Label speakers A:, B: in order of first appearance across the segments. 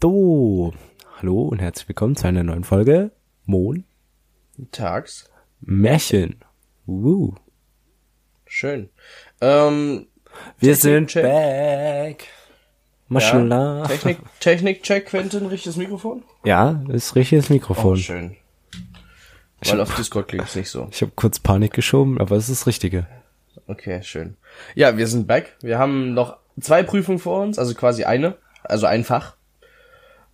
A: So, hallo und herzlich willkommen zu einer neuen Folge Mon
B: Tags.
A: Märchen. Woo.
B: Schön. Ähm,
A: Wir
B: Technik-
A: sind
B: Check.
A: back. Maschallah.
B: Technik, Technik-Check, Quentin, richtiges Mikrofon? Oh,
A: Ja, ist richtiges Mikrofon.
B: Schön. Weil auf Discord klingt es nicht so.
A: ich habe kurz Panik geschoben, aber es ist das Richtige.
B: Okay, schön. Ja, wir sind back. Wir haben noch zwei Prüfungen vor uns, also quasi eine, also ein Fach.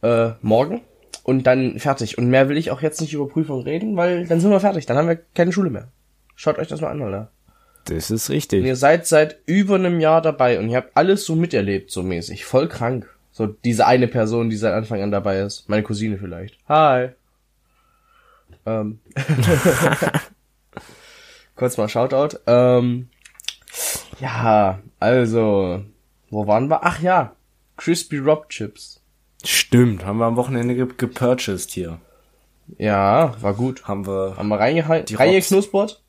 B: Äh, morgen. Und dann fertig. Und mehr will ich auch jetzt nicht über Prüfungen reden, weil dann sind wir fertig. Dann haben wir keine Schule mehr. Schaut euch das mal an, Alter.
A: Das ist
B: Und
A: richtig.
B: ihr seid seit über einem Jahr dabei und ihr habt alles so miterlebt, so mäßig. Voll krank. So diese eine Person, die seit Anfang an dabei ist. Meine Cousine vielleicht. Hi. Ähm. Kurz mal Shoutout. Ähm. Ja, also. Wo waren wir? Ach ja. Crispy Rob Chips.
A: Stimmt, haben wir am Wochenende ge gepurchased hier.
B: Ja, war gut.
A: Haben wir
B: Haben wir reingehalten.
A: Die
B: Reingeknuspert.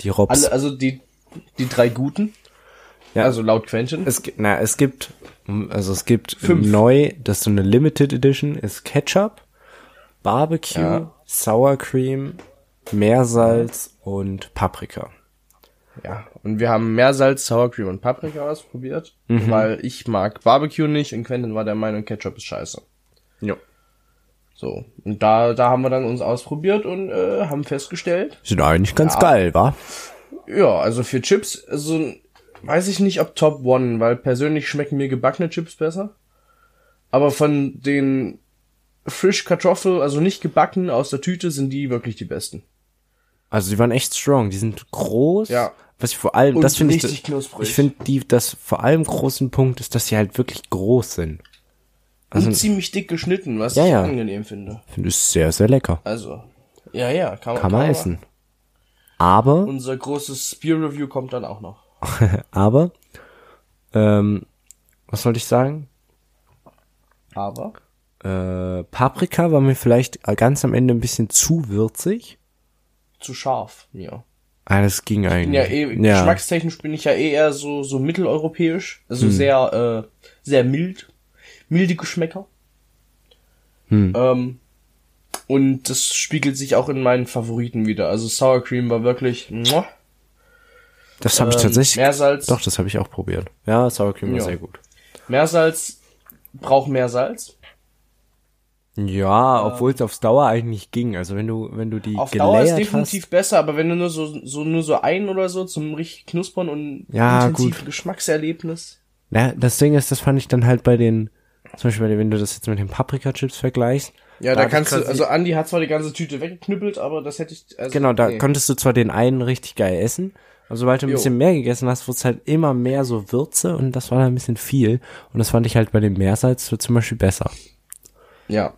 A: die Robs.
B: Alle, also die, die drei Guten.
A: Ja.
B: Also laut Quentin.
A: Es, gi- na, es gibt, also es gibt
B: Fünf.
A: neu, das ist so eine Limited Edition, ist Ketchup, Barbecue, Sour Cream, Meersalz und Paprika.
B: Ja, und wir haben Meersalz, Sour Cream und Paprika ausprobiert,
A: Mhm.
B: weil ich mag Barbecue nicht und Quentin war der Meinung, Ketchup ist scheiße.
A: Jo.
B: So, und da, da haben wir dann uns ausprobiert und äh, haben festgestellt,
A: Sind eigentlich ganz geil, wa?
B: ja, also für Chips, so ein- weiß ich nicht, ob Top One, weil persönlich schmecken mir gebackene Chips besser. Aber von den frisch Kartoffel, also nicht gebacken aus der Tüte, sind die wirklich die besten.
A: Also die waren echt strong, die sind groß.
B: Ja.
A: Was ich vor allem,
B: Und
A: das finde ich,
B: richtig knusprig.
A: ich finde die, das vor allem großen Punkt ist, dass sie halt wirklich groß sind. Also-
B: und ziemlich dick geschnitten, was
A: Ja,
B: ich
A: ja.
B: angenehm finde.
A: Finde ich sehr, sehr lecker.
B: Also, ja, ja, kann man,
A: Kann man essen. Aber
B: Unser großes Spear Review kommt dann auch noch.
A: Aber, ähm, was sollte ich sagen?
B: Aber
A: Äh, Paprika war mir vielleicht ganz am Ende ein bisschen zu würzig.
B: zu scharf, ja.
A: Ah, das ging eigentlich.
B: Ja, eh, geschmackstechnisch bin ich ja eh eher so, so mitteleuropäisch,
A: Hm.
B: also sehr, äh, sehr mild, milde Geschmäcker.
A: Hm.
B: Ähm, und das spiegelt sich auch in meinen Favoriten wieder. Also Sour Cream war wirklich, muah.
A: das habe ich
B: ähm,
A: tatsächlich.
B: Meersalz.
A: Doch, das habe ich auch probiert. Ja, Sour Cream war
B: Ja.
A: sehr gut.
B: Meersalz braucht mehr Salz.
A: Ja, obwohl es auf Dauer eigentlich ging. Also wenn du, wenn du die
B: Auf Dauer
A: gelayert
B: ist definitiv besser, aber wenn du nur so, so nur so ein oder so zum richtig knuspern und
A: Ja,
B: intensiven
A: gut. hast.
B: Geschmackserlebnis.
A: Na, das Ding ist, das fand ich dann halt bei den, zum Beispiel, bei den- wenn du das jetzt mit den Paprika-Chips vergleichst.
B: Ja, da,
A: hab ich
B: kannst du,
A: quasi-
B: also Andi hat zwar die ganze Tüte weggeknüppelt, aber das hätte ich, also,
A: Genau, da
B: nee.
A: konntest du zwar den einen richtig geil essen, aber sobald du ein
B: Jo.
A: bisschen mehr gegessen hast, wurde es halt immer mehr so Würze und das war dann ein bisschen viel. Und das fand ich halt bei dem Meersalz so zum Beispiel besser.
B: Ja.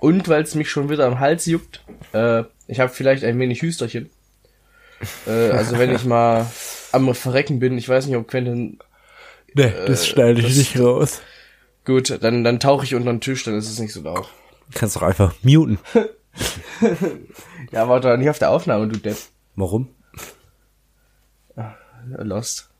B: Und weil es mich schon wieder am Hals juckt, äh, ich habe vielleicht ein wenig Hüsterchen. äh, also wenn ich mal am Verrecken bin, ich weiß nicht, ob Quentin,
A: Nee, Äh, das schneide ich nicht raus.
B: gut, dann, dann tauche ich unter den Tisch, dann ist es nicht so laut.
A: Kannst doch einfach muten.
B: Ja, warte, nicht auf der Aufnahme, du Depp.
A: Warum?
B: Lost.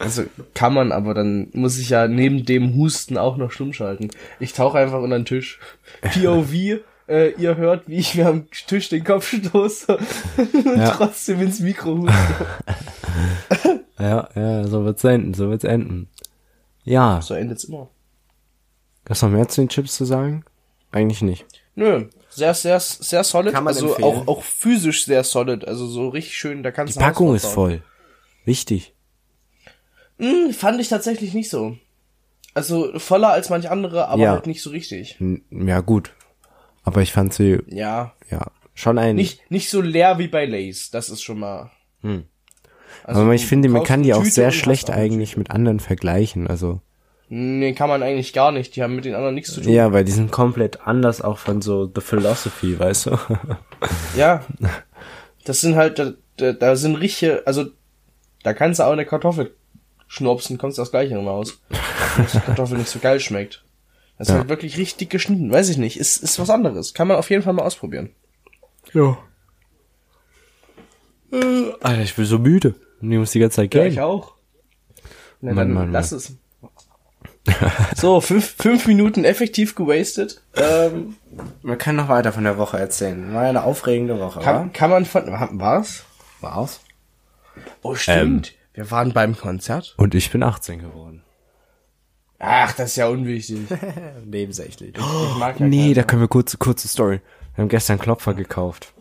B: Also kann man, aber dann muss ich ja neben dem Husten auch noch stumm schalten. Ich tauche einfach unter den Tisch. POV, äh, ihr hört, wie ich mir am Tisch den Kopf stoße und
A: Ja.
B: trotzdem ins Mikro huste.
A: Ja, ja, so wird's enden, so wird's enden. Ja,
B: So endet's immer.
A: hast du noch mehr zu den Chips zu sagen? Eigentlich nicht.
B: Nö, sehr, sehr, sehr solid.
A: Kann man
B: also
A: empfehlen.
B: auch, auch physisch sehr solid. Also so richtig schön, da kannst
A: Die
B: ein Haus
A: Packung ist
B: draus
A: voll. Wichtig.
B: bauen. Hm, fand ich tatsächlich nicht so. Also voller als manch andere, aber
A: Ja.
B: halt nicht so richtig.
A: N- Ja, gut. Aber ich fand sie,
B: Ja,
A: ja, schon ein...
B: Nicht, nicht so leer wie bei Lays, das ist schon mal. Also
A: Hm. aber
B: du
A: ich finde, man
B: kaufst
A: kann
B: eine
A: die auch
B: Tüte
A: sehr
B: und hast
A: schlecht
B: eine Tüte.
A: eigentlich mit anderen vergleichen, also...
B: Nee, kann man eigentlich gar nicht. Die haben mit den anderen nichts zu tun.
A: Ja, weil die sind komplett anders auch von so The Philosophy, weißt du?
B: Ja. Das sind halt, da, da, da sind richtige, also da kannst du auch eine Kartoffel schnupsen, kommst das gleiche nochmal aus. Dass die Kartoffel nicht so geil schmeckt. Das ist halt wirklich richtig geschnitten, weiß ich nicht. Ist, ist was anderes. Kann man auf jeden Fall mal ausprobieren.
A: Ja. Äh, Alter, ich bin so müde. Und ich muss die ganze Zeit gehen.
B: auch. Na,
A: Mann,
B: dann
A: Mann,
B: lass es. So, fünf, fünf Minuten effektiv gewastet. Ähm,
A: Man kann noch weiter von der Woche erzählen. War ja eine aufregende Woche,
B: kann,
A: wa?
B: kann man von. War's?
A: War's?
B: Oh, stimmt. Wir waren beim Konzert.
A: Und ich bin 18 geworden.
B: Ach, das ist ja unwichtig.
A: Nebensächlich.
B: Ich mag ja
A: Nee, da können wir kurz, kurze Story. Wir haben gestern Klopfer gekauft.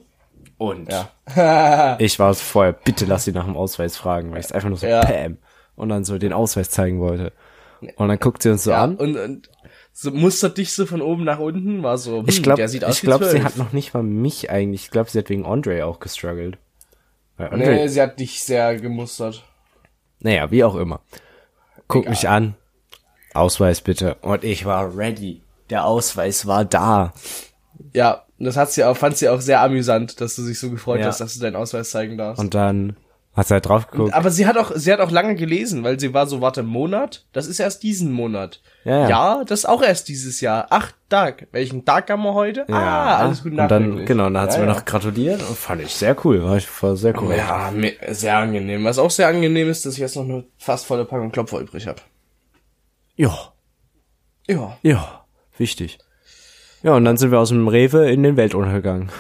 A: Und ich war es vorher, bitte lass sie nach dem Ausweis fragen, weil ich es einfach nur so
B: Ja.
A: pam und dann so den Ausweis zeigen wollte. Und dann guckt sie uns so
B: Ja,
A: an.
B: Und, und so mustert dich so von oben nach unten, war so, hm,
A: Ich glaube,
B: der sieht aus
A: ich
B: wie
A: glaube, sie
B: 12.
A: hat noch nicht mal mich eigentlich. Ich glaube, sie hat wegen Andre auch gestruggelt. Weil Andre,
B: Nee, sie hat dich sehr gemustert.
A: naja, wie auch immer. Guckt mich an. Ausweis bitte. Und ich war ready. Der Ausweis war da.
B: Ja, und das hat sie auch, fand sie auch sehr amüsant, dass du dich so gefreut
A: Ja.
B: hast, dass du deinen Ausweis zeigen darfst.
A: Und dann hat sie halt drauf geguckt.
B: aber sie hat auch, sie hat auch lange gelesen, weil sie war so, warte, Monat? Das ist erst diesen Monat.
A: Ja, ja.
B: das ist auch erst dieses Jahr. Ach, Tag. Welchen Tag haben wir heute? Ah, alles gut
A: Und dann,
B: nachträglich.
A: genau, dann hat sie
B: ja,
A: mir
B: ja.
A: noch gratuliert und fand ich sehr cool. War, ich, war sehr cool.
B: Ja, mir- sehr angenehm. Was auch sehr angenehm ist, dass ich jetzt noch eine fast volle Packung Klopfer übrig habe.
A: ja,
B: Ja.
A: ja, wichtig. Ja, und dann sind wir aus dem Rewe in den Weltuntergang.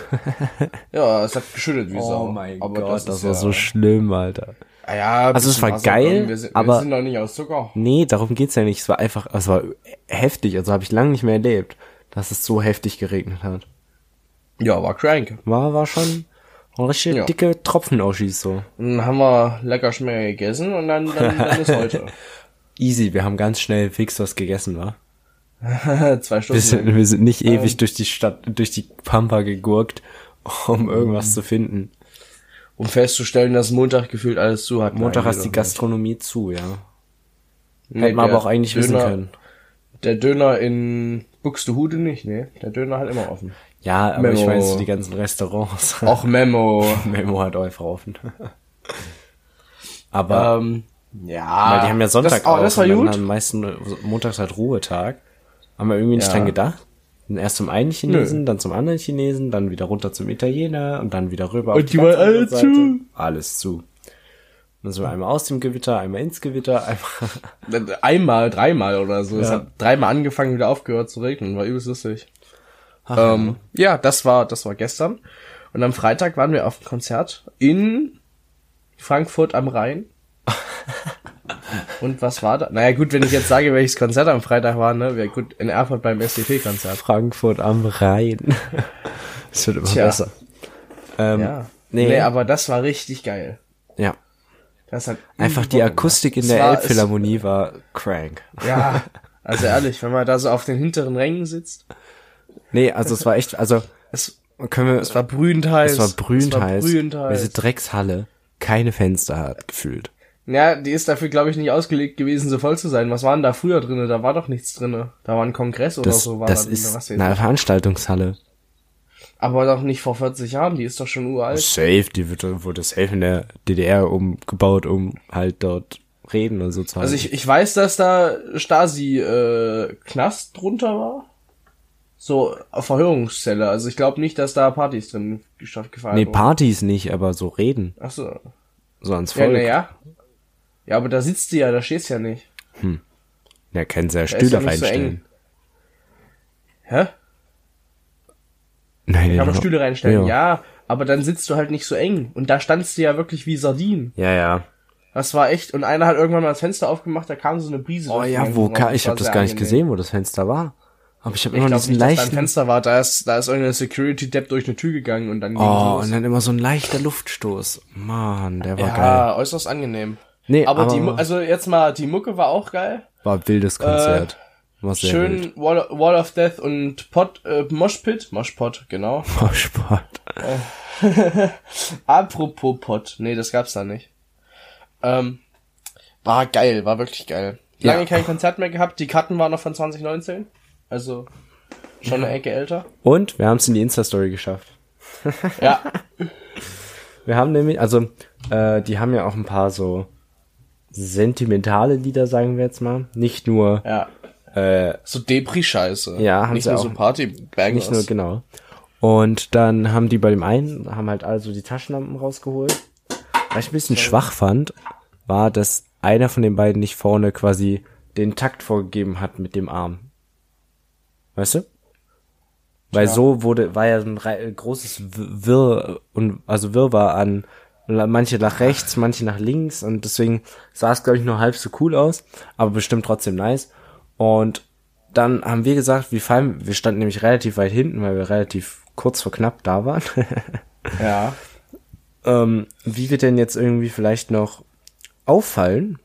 B: Ja, es hat geschüttet wie Sau.
A: Oh das,
B: ist
A: war
B: ja-
A: so schlimm, Alter.
B: Ah Ja,
A: Also es
B: bisschen
A: war
B: Wasser
A: geil,
B: drin. wir sind,
A: aber-
B: Wir sind noch nicht aus Zucker.
A: Nee, darum geht's ja nicht. Es war einfach, es war heftig. Also habe ich lange nicht mehr erlebt, dass es so heftig geregnet hat.
B: Ja, war crank.
A: War, war schon richtig
B: Ja.
A: dicke Tropfenauschieß so.
B: Dann haben wir lecker Schmecker gegessen und dann, dann, dann ist heute.
A: Easy, wir haben ganz schnell fix was gegessen, wa?
B: Zwei
A: Wir
B: Stunden.
A: sind, wir sind nicht
B: Ähm,
A: ewig durch die Stadt, durch die Pampa gegurkt,
B: Mhm.
A: um irgendwas zu finden.
B: Um festzustellen, dass Montag gefühlt alles zu hat.
A: Montag
B: Nein,
A: hast die
B: jedoch
A: Gastronomie zu, ja.
B: nicht.
A: Hätte man
B: der
A: aber auch eigentlich wissen
B: Döner-
A: können.
B: Der Döner in Buxtehude nicht, ne? Der Döner hat immer offen.
A: Ja, aber ich
B: Memo.
A: meine, so die ganzen Restaurants.
B: Auch Memo.
A: Memo hat einfach offen. aber
B: ähm, ja.
A: weil die haben ja Sonntag
B: das, Oh, das war
A: und dann
B: gut.
A: am meisten Montags halt Ruhetag. Haben wir irgendwie nicht
B: Ja.
A: dran gedacht. Und Erst zum einen Chinesen, dann zum anderen Chinesen, dann wieder runter zum Italiener und dann wieder rüber.
B: Und die waren
A: ganz andere
B: alle
A: Seite.
B: zu.
A: Alles zu. Und Dann sind wir einmal aus dem Gewitter, einmal ins Gewitter, einmal
B: Einmal, dreimal oder so. Es
A: Ja.
B: hat dreimal angefangen, wieder aufgehört zu regnen. War übelst lustig.
A: ne?
B: ähm, ja, das war, das war gestern. Und am Freitag waren wir auf dem Konzert in Frankfurt am Rhein. Und was war da? Naja, gut, wenn ich jetzt sage, welches Konzert am Freitag war, ne? Ja, gut, in Erfurt beim SCP-Konzert.
A: Frankfurt am Rhein. Es wird immer
B: Tja.
A: besser. Ähm,
B: Ja.
A: Nee.
B: Nee. aber das war richtig geil.
A: ja.
B: Das hat
A: Einfach
B: übel
A: die
B: Bock gemacht.
A: Akustik in
B: Es
A: der
B: war-
A: Elbphilharmonie war crank.
B: es- Ja, also ehrlich, wenn man da so auf den hinteren Rängen sitzt,
A: Nee, also es war echt, also
B: es,
A: können wir, es
B: es war brühend heiß.
A: es war brühend heiß.
B: brühend heiß.
A: Diese Dreckshalle keine Fenster hat, gefühlt.
B: Ja, die ist dafür, glaube ich, nicht ausgelegt gewesen, so voll zu sein. Was war denn da früher drinne? Da war doch nichts drinne. Da war ein Kongress oder
A: Das,
B: Genau so. War
A: das
B: da drinne, was
A: ist
B: weiß
A: eine
B: ich.
A: Veranstaltungshalle.
B: Aber doch nicht vor 40 Jahren, die ist doch schon uralt.
A: Safe, die wird, wurde safe in der DDR umgebaut, um halt dort reden und so zu
B: Also ich, ich weiß, dass da Stasi-Knast drunter war. So, auf Verhörungszelle. Also ich glaube nicht, dass da Partys drin geschafft gefallen
A: nee,
B: nee, wurden.
A: Partys nicht, aber so reden.
B: Ach so.
A: So ans
B: Ja,
A: Volk. Ja,
B: naja. Ja, aber da sitzt du ja, da stehst du ja nicht.
A: ja. kannst ja
B: Da ist
A: Stühle
B: ja nicht so
A: reinstellen.
B: eng. Hä?
A: Nein,
B: Kann man Stühle reinstellen,
A: Ja.
B: ja. Aber dann sitzt du halt nicht so eng. Und da standst du ja wirklich wie Sardinen.
A: Ja, ja.
B: Das war echt. Und einer hat irgendwann mal das Fenster aufgemacht, da kam so eine Brise.
A: Oh
B: durch die
A: ja,
B: Wand
A: wo
B: raus.
A: kann, ich
B: Das war
A: habe das
B: sehr
A: gar nicht
B: angenehm.
A: gesehen, wo das Fenster war. Aber ich habe
B: Ich
A: immer
B: glaube
A: diesen
B: nicht, dass da ein
A: leichten
B: Fenster war. Da ist, da ist irgendeine Security Depp durch eine Tür gegangen und dann.
A: Oh,
B: ging's
A: und
B: los.
A: dann immer so ein leichter Luftstoß. Mann, der war geil.
B: ja, äußerst angenehm.
A: Nee,
B: aber, die,
A: aber-
B: Mu- also jetzt mal, die Mucke war auch geil.
A: War ein wildes Konzert. war sehr wild.
B: Schön Wall, Wall of Death und Pot, äh, Moshpit. Moshpot, genau.
A: War Sport.
B: Apropos Pot. Nee, das gab's da nicht. Ähm, war geil, war wirklich geil.
A: Ja.
B: Lange kein Konzert mehr gehabt. Die Karten waren noch von 2019. Also schon eine Ecke älter.
A: Und wir haben es in die Insta-Story geschafft.
B: Ja,
A: Wir haben nämlich, also, äh, die haben ja auch ein paar so sentimentale Lieder, sagen wir jetzt mal. Nicht nur,
B: Ja. so Depri-Scheiße.
A: Äh, Ja, haben
B: Nicht
A: sie
B: nur
A: auch.
B: so Party-Bangers.
A: nicht nur, genau. Und dann haben die bei dem einen, haben halt also die Taschenlampen rausgeholt. Was ich ein bisschen schwach fand, war, dass einer von den beiden nicht vorne quasi den Takt vorgegeben hat mit dem Arm. Weißt du? Weil so wurde, war ja ein rei- großes Wir- Wirr und also Wirrwarr an manche nach rechts, manche nach links und deswegen sah es, glaube ich, nur halb so cool aus, aber bestimmt trotzdem nice. Und dann haben wir gesagt, wir fallen, wir standen nämlich relativ weit hinten, weil wir relativ kurz vor knapp da waren.
B: Ja.
A: ähm, wie wir denn jetzt irgendwie vielleicht noch auffallen.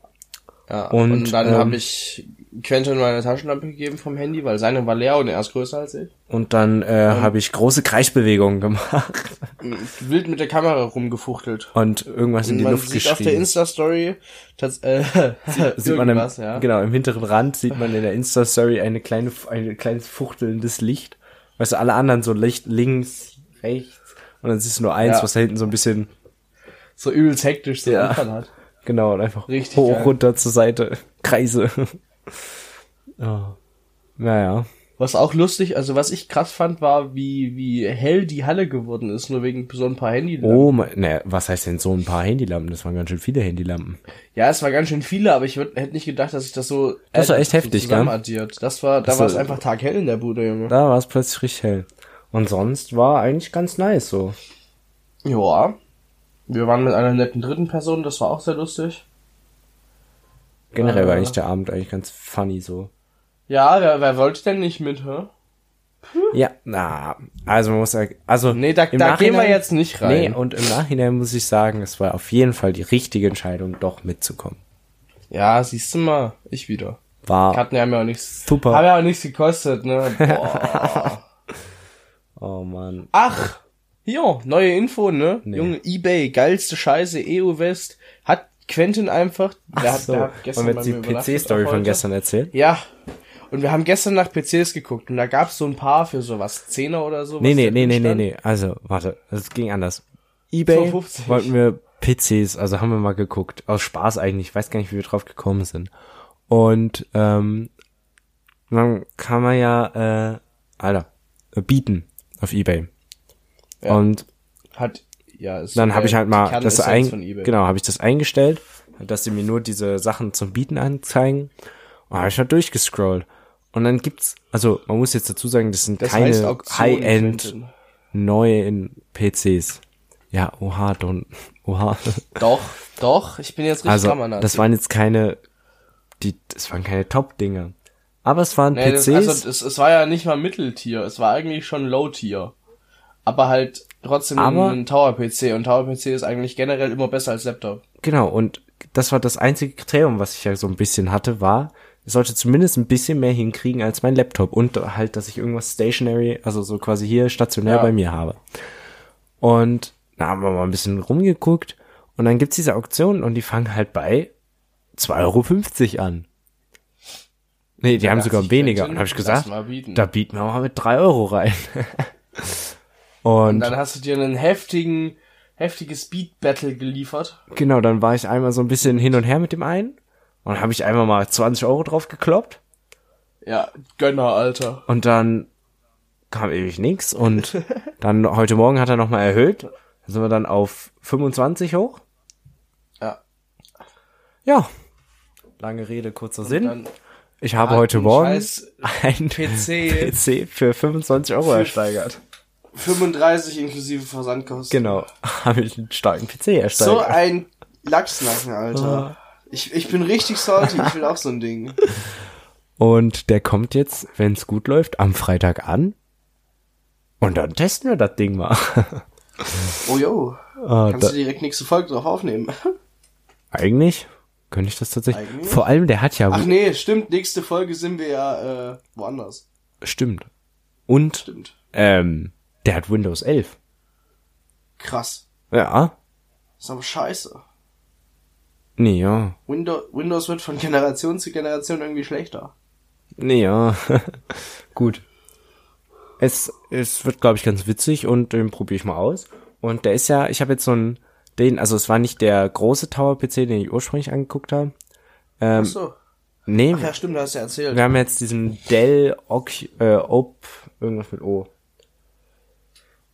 B: ja.
A: Und,
B: Und, dann
A: ähm,
B: habe ich Quentin meine Taschenlampe gegeben vom Handy, weil seine war leer und er ist größer als ich.
A: Und dann äh, habe ich große Kreisbewegungen gemacht
B: Wild mit der Kamera rumgefuchtelt.
A: und irgendwas in die
B: man
A: Luft
B: sieht auf der
A: geschrieben.
B: Insta-Story, dass, äh, sieht,
A: sieht man im,
B: ja.
A: genau, im hinteren Rand sieht man in der Insta-Story eine kleine, ein kleines fuchtelndes Licht. Weißt du, alle anderen so Licht links, rechts und dann siehst du nur eins,
B: Ja.
A: was da hinten so ein bisschen,
B: So übelst hektisch so
A: Ja.
B: Anfang hat.
A: genau, und einfach
B: Richtig
A: hoch,
B: geil.
A: runter zur Seite, Kreise. oh. Naja,
B: Was auch lustig, also was ich krass fand, war, wie, wie hell die Halle geworden ist, nur wegen so ein paar Handy.
A: oh mein, naja, was heißt denn so ein paar Handylampen? Das waren ganz schön viele Handylampen.
B: Ja, es war ganz schön viele, aber ich würd, hätte nicht gedacht, dass ich das so
A: Das war
B: äh,
A: echt
B: so
A: heftig,
B: zusammenaddiert. Das war, da
A: Das
B: war
A: war-
B: es einfach taghell in der Bude, Junge.
A: Da war es plötzlich richtig hell. Und sonst war eigentlich ganz nice so.
B: Ja. Wir waren mit einer netten dritten Person, das war auch sehr lustig.
A: Generell war
B: Äh.
A: eigentlich der Abend eigentlich ganz funny so.
B: Ja, wer, wer wollte denn nicht mit, hä?
A: Ja, na, also man muss sagen, also
B: Nee, da,
A: im
B: da gehen wir
A: Nachhinein-
B: jetzt nicht
A: Nee,
B: rein.
A: und im Nachhinein muss ich sagen, es war auf jeden Fall die richtige Entscheidung, doch mitzukommen.
B: Ja, siehst du mal, ich wieder.
A: War,
B: Karten haben ja auch nichts.
A: Ah. Super.
B: Haben ja auch nichts gekostet, ne? Boah.
A: oh Mann,
B: Ach, jo, neue Info, ne? Junge, Ebay, geilste Scheiße, EU West. Hat Quentin einfach. der
A: Ach
B: hat-
A: so,
B: der
A: wollen
B: hat
A: wir jetzt
B: bei
A: die
B: mir übernachtet,
A: PC-Story
B: auch
A: von
B: heute.
A: gestern erzählen?
B: Ja. Und wir haben gestern nach PCs geguckt und da gab's so ein paar für sowas, Zehner oder so.
A: Nee,
B: was
A: nee,
B: da
A: nee, nee, nee,
B: drin stand.
A: nee, also, warte, es ging anders. Ebay
B: 2,50.
A: wollten wir PCs, also haben wir mal geguckt, aus Spaß eigentlich, ich weiß gar nicht, wie wir drauf gekommen sind. Und, ähm, dann kann man ja, äh, Alter, bieten auf Ebay.
B: Ja.
A: Und
B: Hat, ja, Äh, ist
A: dann
B: so
A: habe ich
B: der
A: halt mal das
B: Kernessenz
A: ein,
B: von eBay.
A: genau habe ich das eingestellt, dass sie mir nur diese Sachen zum Bieten anzeigen. Und habe ich mal durchgescrollt. Und dann gibt's, also man muss jetzt dazu sagen, das sind
B: Das heißt
A: keine
B: Auktion,
A: High-End
B: Quentin.
A: neuen PCs. Ja, oha, don, oha.
B: Doch, doch, ich bin jetzt richtig
A: Also
B: am
A: das waren jetzt keine, die, das waren keine Top-Dinger. Aber es waren
B: Nee,
A: PCs.
B: Das, also es, es war ja nicht mal Mitteltier, es war eigentlich schon Low-Tier. Aber halt trotzdem
A: Aber-
B: ein Tower-PC und Tower-PC ist eigentlich generell immer besser als Laptop.
A: Genau, und das war das einzige Kriterium, was ich ja so ein bisschen hatte, war, ich sollte zumindest ein bisschen mehr hinkriegen als mein Laptop und halt, dass ich irgendwas stationary, also so quasi hier stationär
B: Ja.
A: bei mir habe. Und da haben wir mal ein bisschen rumgeguckt und dann gibt's diese Auktionen und die fangen halt bei 2,50 Euro an. Nee, die haben
B: dachte
A: sogar
B: ich,
A: weniger.
B: Quentin,
A: Und habe ich
B: lass
A: gesagt,
B: mal bieten.
A: da bieten wir mal mit 3 Euro rein. und,
B: Und dann hast du dir einen heftigen, heftiges Beat-Battle geliefert.
A: Genau, dann war ich einmal so ein bisschen hin und her mit dem einen und dann habe ich einmal mal 20 Euro drauf gekloppt
B: Ja, Gönner, Alter.
A: und dann kam ewig nix und dann heute Morgen hat er nochmal erhöht. Dann sind wir dann auf 25 hoch.
B: Ja.
A: Ja. Lange Rede, kurzer Sinn.
B: Dann
A: Ich habe
B: hat
A: heute
B: ein
A: Morgen
B: scheiß äh,
A: ein
B: PC
A: PC für 25 Euro ersteigert.
B: 35 inklusive Versandkosten.
A: Genau, habe ich einen starken PC
B: So
A: ersteigert.
B: ein Lachsnacken,
A: Ah.
B: Alter. Ich, ich bin richtig salty, ich will auch so ein Ding.
A: Und der kommt jetzt, wenn es gut läuft, am Freitag an. Und dann testen wir das Ding mal.
B: Oh jo.
A: Ah,
B: Kannst
A: da,
B: du direkt nächste Folge drauf aufnehmen.
A: eigentlich könnte ich das tatsächlich.
B: Eigentlich?
A: Vor allem, der hat ja.
B: Ach nee, stimmt, nächste Folge sind wir ja äh, woanders.
A: Stimmt. Und
B: Stimmt.
A: ähm, der hat Windows 11.
B: Krass.
A: Ja.
B: Ist aber scheiße.
A: Nee, ja.
B: Windows, Windows wird von Generation zu Generation irgendwie schlechter.
A: Nee, ja. Gut. Es, es wird, glaube ich, ganz witzig und den probiere ich mal aus. Und der ist ja, ich habe jetzt so einen, den, also es war nicht der große Tower-PC, den ich ursprünglich angeguckt habe.
B: Ach so.
A: Nee,
B: Ach ja, stimmt, du hast ja erzählt.
A: wir haben jetzt diesen Dell Oc, äh, Op, irgendwas mit O.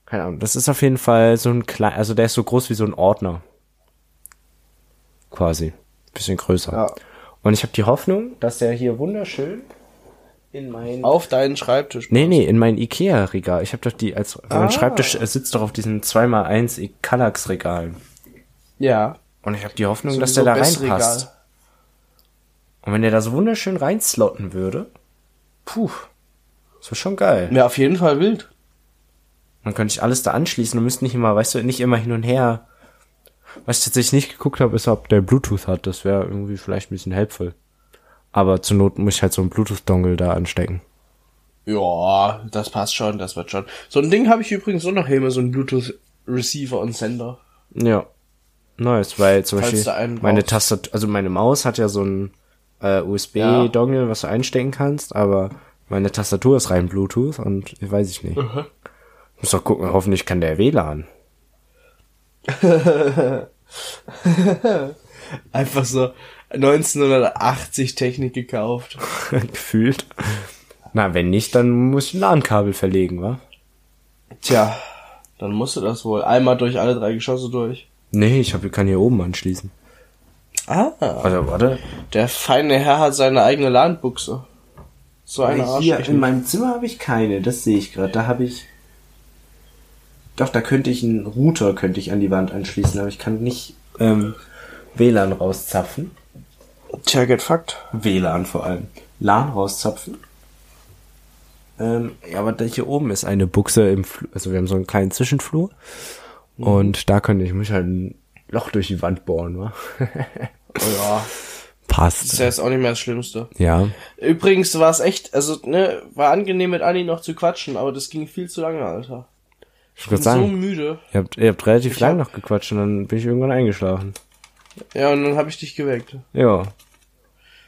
A: Keine Ahnung. Das ist auf jeden Fall so ein klein, also der ist so groß wie so ein Ordner. Quasi. Bisschen größer.
B: Ja.
A: Und ich habe die Hoffnung, dass der hier wunderschön in meinen
B: Auf deinen Schreibtisch.
A: Nee, nee, in mein Ikea-Regal. Ich habe doch die als mein
B: Ah.
A: Schreibtisch äh, sitzt doch auf diesen 2x1 kallax regalen
B: Ja.
A: Und ich habe die Hoffnung,
B: So
A: dass
B: wie
A: der
B: so
A: da
B: Bestregal.
A: reinpasst. Und wenn der da so wunderschön reinslotten würde, puh, das wäre schon geil.
B: Ja, auf jeden Fall wild.
A: Dann könnte ich alles da anschließen und müsste nicht immer, weißt du, nicht immer hin und her. Was ich tatsächlich nicht geguckt habe, ist, ob der Bluetooth hat. Das wäre irgendwie vielleicht ein bisschen helpful. Aber zur Not muss ich halt so einen Bluetooth-Dongle da anstecken.
B: Ja, das passt schon, das wird schon. So ein Ding habe ich übrigens auch noch hier immer, so ein Bluetooth-Receiver und Sender.
A: Ja. Nice, weil zum
B: Falls
A: Beispiel
B: du einen
A: meine
B: brauchst.
A: Tastatur, also meine Maus hat ja so einen äh, USB-Dongle, was du einstecken kannst, aber meine Tastatur ist rein Bluetooth und weiß ich nicht.
B: Mhm.
A: Muss doch gucken, hoffentlich kann der WLAN.
B: Einfach so 1980 Technik gekauft.
A: Gefühlt. Na, wenn nicht, dann muss ich ein LAN-Kabel verlegen, wa?
B: Tja, dann musst du das wohl. Einmal durch alle drei Geschosse durch.
A: Nee, ich hab, kann hier oben anschließen.
B: Ah.
A: Warte, Also, warte.
B: Der feine Herr hat seine eigene Ladenbuchse. So eine Arschlöcher.
A: meinem Zimmer habe ich keine, das sehe ich gerade. Da habe ich. Doch, da könnte ich einen Router könnte ich an die Wand anschließen, aber ich kann nicht ähm, WLAN rauszapfen.
B: Tja, get fucked.
A: WLAN vor allem. LAN rauszapfen. Ähm, ja, aber da hier oben ist eine Buchse im Flur. Also wir haben so einen kleinen Zwischenflur. Und da könnte ich mich halt ein Loch durch die Wand bohren, wa?
B: Oh ja, ist
A: Passt.
B: ja jetzt auch nicht mehr das Schlimmste.
A: Ja.
B: Übrigens war es echt, also, ne, war angenehm mit Anni noch zu quatschen, aber das ging viel zu lange, Alter.
A: Ich
B: Ich bin
A: würde sagen.
B: so müde.
A: Ihr habt, ihr habt relativ
B: hab-
A: lang noch gequatscht und dann bin ich irgendwann eingeschlafen.
B: Ja, und dann habe ich dich geweckt.
A: Ja.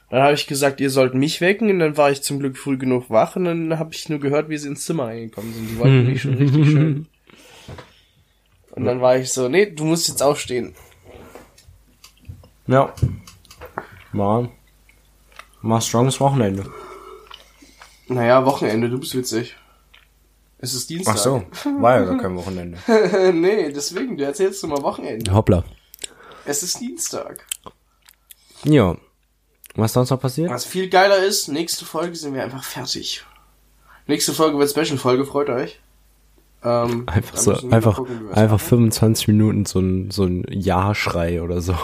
B: Dann habe ich gesagt, ihr sollt mich wecken und dann war ich zum Glück früh genug wach und dann habe ich nur gehört, wie sie ins Zimmer reingekommen sind. Die
A: Hm.
B: wollten mich schon richtig schön. Und dann war ich so, nee, du musst jetzt aufstehen.
A: Ja. Mann. Mal stronges Wochenende.
B: Naja, Wochenende, du bist witzig. Es ist Dienstag.
A: Ach so, war ja gar kein Wochenende.
B: nee, deswegen, du erzählst immer Wochenende.
A: Hoppla.
B: Es ist Dienstag.
A: Ja. Was sonst noch passiert?
B: Was viel geiler ist, nächste Folge sind wir einfach fertig. Nächste Folge wird Special-Folge, freut euch. Ähm,
A: Einfach
B: da
A: so,
B: müssen wir
A: einfach,
B: gucken, wie wir's
A: einfach 25 Minuten so ein, so ein Ja-Schrei oder so.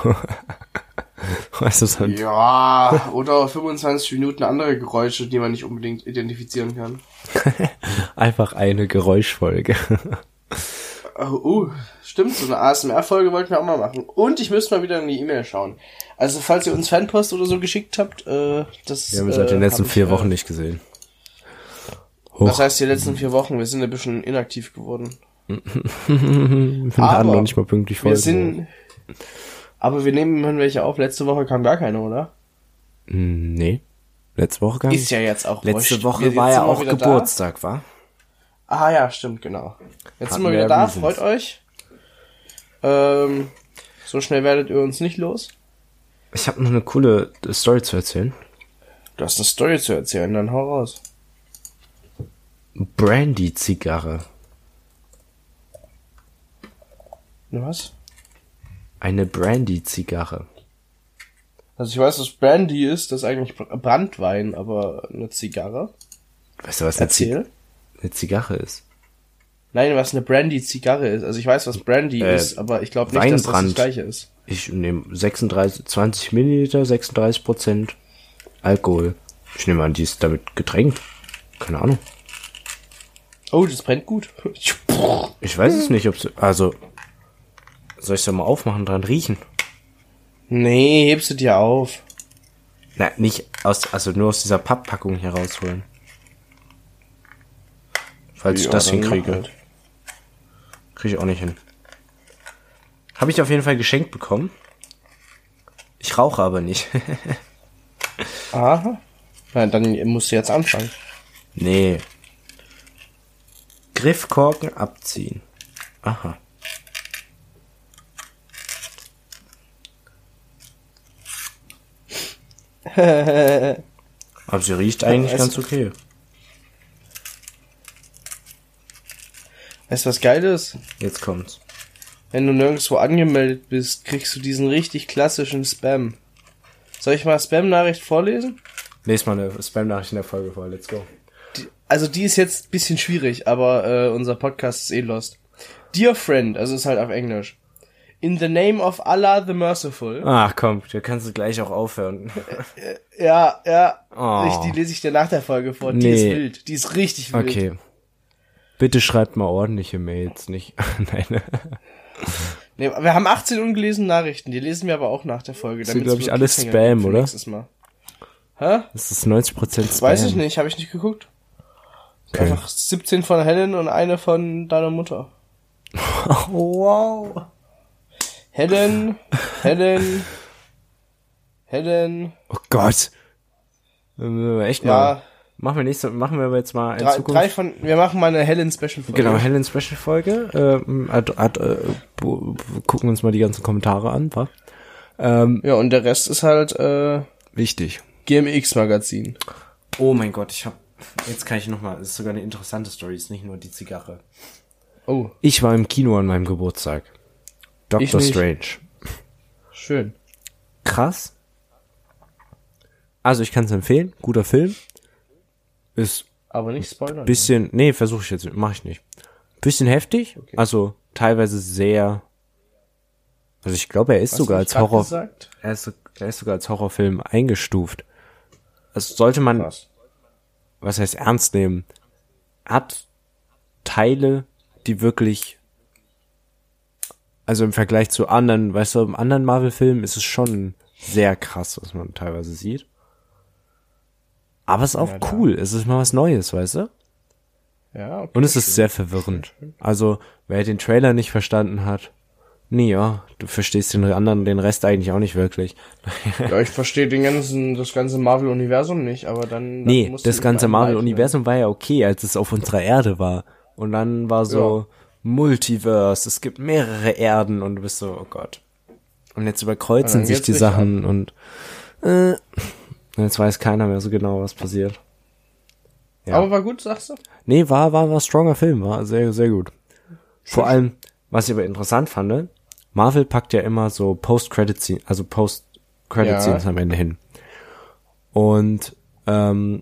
A: weißt du, so ein,
B: Ja, oder 25 Minuten andere Geräusche, die man nicht unbedingt identifizieren kann.
A: einfach eine Geräuschfolge.
B: Oh, uh, stimmt, so eine ASMR-Folge wollten wir auch mal machen. Und ich müsste mal wieder in die E-Mail schauen. Also, falls ihr uns Fanpost oder so geschickt habt, äh, das
A: Wir haben uns seit den
B: äh,
A: letzten
B: hab ich,
A: vier
B: äh,
A: Wochen nicht gesehen.
B: Das
A: Hoch.
B: heißt, die letzten vier Wochen, wir sind ein bisschen inaktiv geworden.
A: Wir haben
B: aber
A: noch nicht mal pünktlich
B: Wir
A: Folgen hoch.
B: sind. Aber wir nehmen immerhin welche auf. Letzte Woche kam gar keine, oder?
A: Hm, Nee. Letzte Woche gar
B: Ist
A: nicht.
B: ja jetzt auch
A: Letzte
B: wurscht. Wir-
A: Woche
B: jetzt
A: war ja
B: sind wir
A: auch
B: wieder da.
A: Geburtstag, war?
B: Ah ja, stimmt, genau. Jetzt
A: Hatten
B: sind wir
A: wir
B: wieder da,
A: Reasons.
B: freut euch. Ähm, so schnell werdet ihr uns nicht los.
A: Ich habe noch eine coole äh, Story zu erzählen.
B: Du hast eine Story zu erzählen, dann hau raus.
A: Brandy-Zigarre.
B: Na Ne, Was?
A: Eine Brandy-Zigarre.
B: Also ich weiß, dass Brandy ist, das ist eigentlich Br- Brandwein, aber eine Zigarre.
A: Weißt du, was eine, Zi
B: Erzähl.
A: eine Zigarre ist?
B: Nein, was eine Brandy-Zigarre ist. Also ich weiß, was Brandy
A: Äh,
B: ist, aber ich glaube nicht, dass das das
A: Weinbrand.
B: gleiche ist.
A: Ich nehme 36, 20 Milliliter, 36 Prozent Alkohol. Ich nehme an, die ist damit getränkt. Keine Ahnung.
B: Oh, das brennt gut.
A: Ich weiß
B: Hm.
A: es nicht, ob Also, soll ich da mal aufmachen, dran riechen?
B: Nee, hebst du dir auf.
A: Na, nicht aus, also nur aus dieser Papppackung hier rausholen. Falls ich das
B: dann mach
A: hinkriege.
B: halt.
A: Kriege ich auch nicht hin. Habe ich auf jeden Fall geschenkt bekommen. Ich rauche aber nicht.
B: Aha. Nein, dann musst du jetzt anfangen.
A: nee. Griffkorken abziehen. Aha. aber sie riecht eigentlich
B: Es-
A: ganz okay.
B: Weißt du, was geil ist?
A: Jetzt kommt's.
B: Wenn du nirgendwo angemeldet bist, kriegst du diesen richtig klassischen Spam. Soll ich mal Spam-Nachricht vorlesen?
A: Nächstes Mal eine Spam-Nachricht in der Folge vor. Let's go.
B: Die, also die ist jetzt ein bisschen schwierig, aber äh, unser Podcast ist eh lost. Dear Friend, also ist halt auf Englisch. In the name of Allah the Merciful.
A: Ach komm, da kannst du gleich auch aufhören.
B: Ja, ja.
A: Oh.
B: Ich, die lese ich dir nach der Folge vor. Die
A: Nee.
B: ist wild. Die ist richtig wild.
A: Okay. Bitte schreibt mal ordentliche Mails, nicht. Nein. ne?
B: Nee, wir haben 18 ungelesene Nachrichten. Die lesen wir aber auch nach der Folge.
A: sind,
B: damit's
A: glaub ich,
B: nur
A: alles
B: Cliffhanger gibt
A: Spam,
B: für
A: oder?
B: nächstes Mal. Hä?
A: Das ist 90% Spam.
B: Weiß ich nicht, habe ich nicht geguckt.
A: Okay.
B: Einfach 17 von Helen und eine von deiner Mutter.
A: wow.
B: Helen, Helen, Helen,
A: Oh Gott. Äh, müssen wir Echt mal.
B: ja,
A: Machen wir nächste, machen wir aber jetzt mal in
B: drei,
A: Zukunft.
B: drei von, wir machen mal eine Helen-Special-Folge.
A: genau, Helen Special Folge. Ähm, ad, ad, äh, bu- bu- gucken uns mal die ganzen Kommentare an, wa? Ähm,
B: Ja, und der Rest ist halt, äh,
A: wichtig.
B: GMX-Magazin.
A: Oh mein Gott, ich hab. Jetzt kann ich nochmal. Das ist sogar eine interessante Story, ist nicht nur die Zigarre.
B: Oh,
A: Ich war im Kino an meinem Geburtstag.
B: Ich
A: Doctor
B: nicht.
A: Strange.
B: schön.
A: Krass. Also ich kann es empfehlen. Guter Film. Ist
B: Aber nicht spoilern.
A: bisschen, nee, versuche ich jetzt, mache ich nicht. Bisschen heftig, also teilweise sehr. Also ich glaube, er ist sogar als
B: Hast du nicht grad
A: Horror,
B: Gesagt?
A: er ist, so- er ist sogar als Horrorfilm eingestuft. Also sollte man,
B: Was?
A: was heißt ernst nehmen, hat Teile, die wirklich, also im Vergleich zu anderen, weißt du, im anderen Marvel-Filmen ist es schon sehr krass, was man teilweise sieht. Aber es ist auch cool, es ist mal was Neues, weißt du?
B: Ja, okay.
A: Und es ist sehr verwirrend. Also, wer den Trailer nicht verstanden hat, nee, ja, du verstehst den anderen, den Rest eigentlich auch nicht wirklich.
B: Ja, ich verstehe den ganzen, das ganze Marvel-Universum nicht, aber dann. halt, ne? dann
A: Nee,
B: musst du
A: das
B: mich
A: ganze
B: einleiten.
A: Marvel-Universum war ja okay, als es auf unserer Erde war. Und dann war so Multiverse, es gibt mehrere Erden und du bist so, oh Gott. Und jetzt überkreuzen
B: dann
A: sich
B: geht's
A: die
B: richtig ab.
A: Sachen und äh, jetzt weiß keiner mehr so genau, was passiert. Ja.
B: Aber war gut, sagst du?
A: Nee, war, war, war ein stronger Film, war sehr, sehr gut. Vor allem, was ich aber interessant fand, ne? Marvel packt ja immer so Post-Credit-Scenes, also Post-Credit-Scenes
B: Ja.
A: am Ende hin. Und ähm,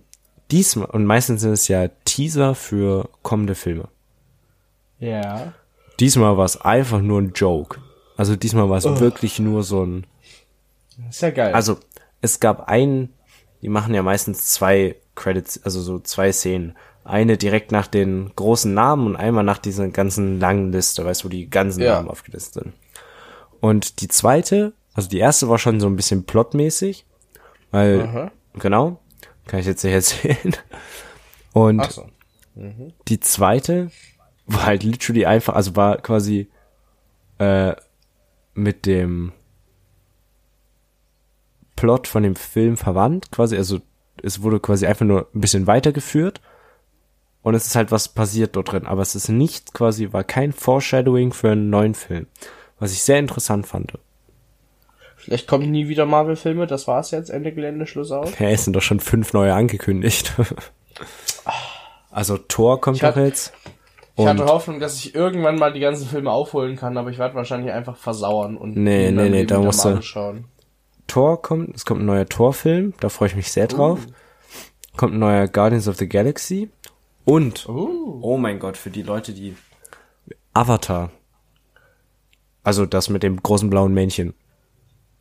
A: diesmal, und meistens sind es ja Teaser für kommende Filme.
B: Ja.
A: Diesmal war es einfach nur ein Joke. Also diesmal war es wirklich nur so ein
B: Ist ja geil.
A: also, es gab einen, die machen ja meistens zwei Credits, also so zwei Szenen. Eine direkt nach den großen Namen und einmal nach dieser ganzen langen Liste, weißt du, wo die ganzen
B: Ja.
A: Namen aufgelistet sind. Und die zweite, also die erste war schon so ein bisschen plotmäßig, weil,
B: Aha.
A: genau, kann ich jetzt nicht erzählen. Und
B: Ach so.
A: die zweite war halt literally einfach, also war quasi äh, mit dem Plot von dem Film verwandt, quasi, also es wurde quasi einfach nur ein bisschen weitergeführt und es ist halt was passiert dort drin, aber es ist nicht quasi, war kein Foreshadowing für einen neuen Film, was ich sehr interessant fand.
B: Vielleicht kommen nie wieder Marvel-Filme, das war's jetzt, Ende Gelände, Schluss aus.
A: Ja, es sind doch schon fünf neue angekündigt. also Thor kommt doch
B: hatte-
A: jetzt.
B: Ich hatte
A: Und-
B: Hoffnung, dass ich irgendwann mal die ganzen Filme aufholen kann, aber ich werde wahrscheinlich einfach versauern und
A: Nee,
B: nie
A: nee,
B: beim
A: nee,
B: Leben
A: da
B: wieder
A: musst du-
B: Marvel schauen.
A: Tor kommt, es kommt ein neuer Tor-Film, da freue ich mich sehr drauf. Kommt ein neuer Guardians of the Galaxy und
B: Uh.
A: oh mein Gott, für die Leute, die Avatar. Also das mit dem großen blauen Männchen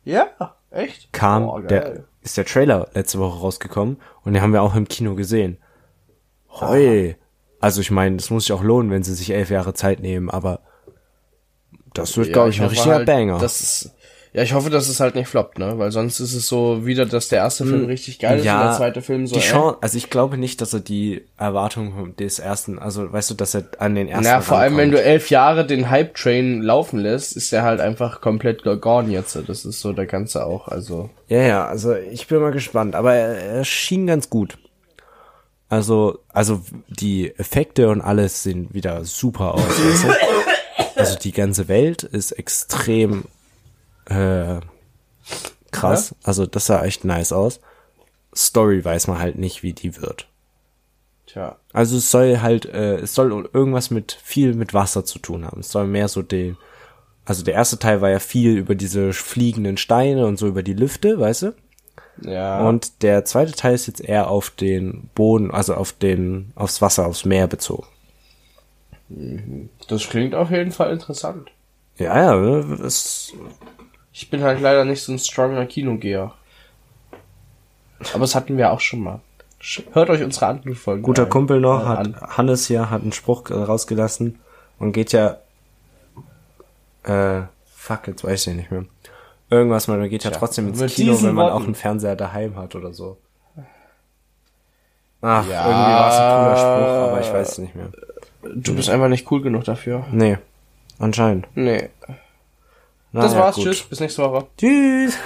B: Ja, echt?
A: kam,
B: Oh, geil.
A: der ist der Trailer letzte Woche rausgekommen und den haben wir auch im Kino gesehen. Hoi. Also ich meine, das muss sich auch lohnen, wenn sie sich elf Jahre Zeit nehmen, aber das wird, glaube ich, ein
B: hoffe
A: richtiger
B: halt,
A: Banger.
B: Dass es, ja, ich hoffe, dass es halt nicht floppt, ne? Weil sonst ist es so wieder, dass der erste Film richtig geil ist und Also der zweite Film so.
A: Mm, Die
B: äh,
A: Chance, also ich glaube nicht, dass er die Erwartungen des ersten, also weißt du, dass er an den ersten.
B: Na, vor allem, wenn
A: rankommt.
B: du elf Jahre den Hype-Train laufen lässt, ist der halt einfach komplett gone jetzt. Das ist so der ganze auch. Also,
A: Ja, ja, also ich bin mal gespannt, aber er, er schien ganz gut. Also, also die Effekte und alles sehen wieder super aus. weißt du? Also die ganze Welt ist extrem äh, krass. Also das sah echt nice aus. Story weiß man halt nicht, wie die wird.
B: tja.
A: Also es soll halt, äh, es soll irgendwas mit viel mit Wasser zu tun haben. Es soll mehr so den, also der erste Teil war ja viel über diese fliegenden Steine und so über die Lüfte, weißt du?
B: Ja.
A: Und der zweite Teil ist jetzt eher auf den Boden, also auf den, aufs Wasser, aufs Meer bezogen.
B: Das klingt auf jeden Fall interessant.
A: Ja, ja, das,
B: Ich bin halt leider nicht so ein stronger Kinogeher. Aber das hatten wir auch schon mal. Sch- Hört euch unsere anderen Folgen
A: guter
B: ein-
A: Kumpel noch,
B: äh,
A: hat
B: an.
A: Hannes hier, hat einen Spruch äh, rausgelassen und geht ja, äh, fuck, jetzt weiß ich nicht mehr. Irgendwas, man geht ja trotzdem ins
B: mit
A: Kino,
B: diesen
A: wenn man
B: Worten.
A: auch einen Fernseher daheim hat oder so. Ach,
B: Ja.
A: irgendwie war es ein cooler Spruch, aber ich weiß es nicht mehr.
B: Du bist einfach nicht cool genug dafür.
A: Nee, anscheinend.
B: Nee.
A: Na
B: Das
A: ja,
B: war's.
A: gut.
B: Tschüss. Bis nächste Woche.
A: Tschüss.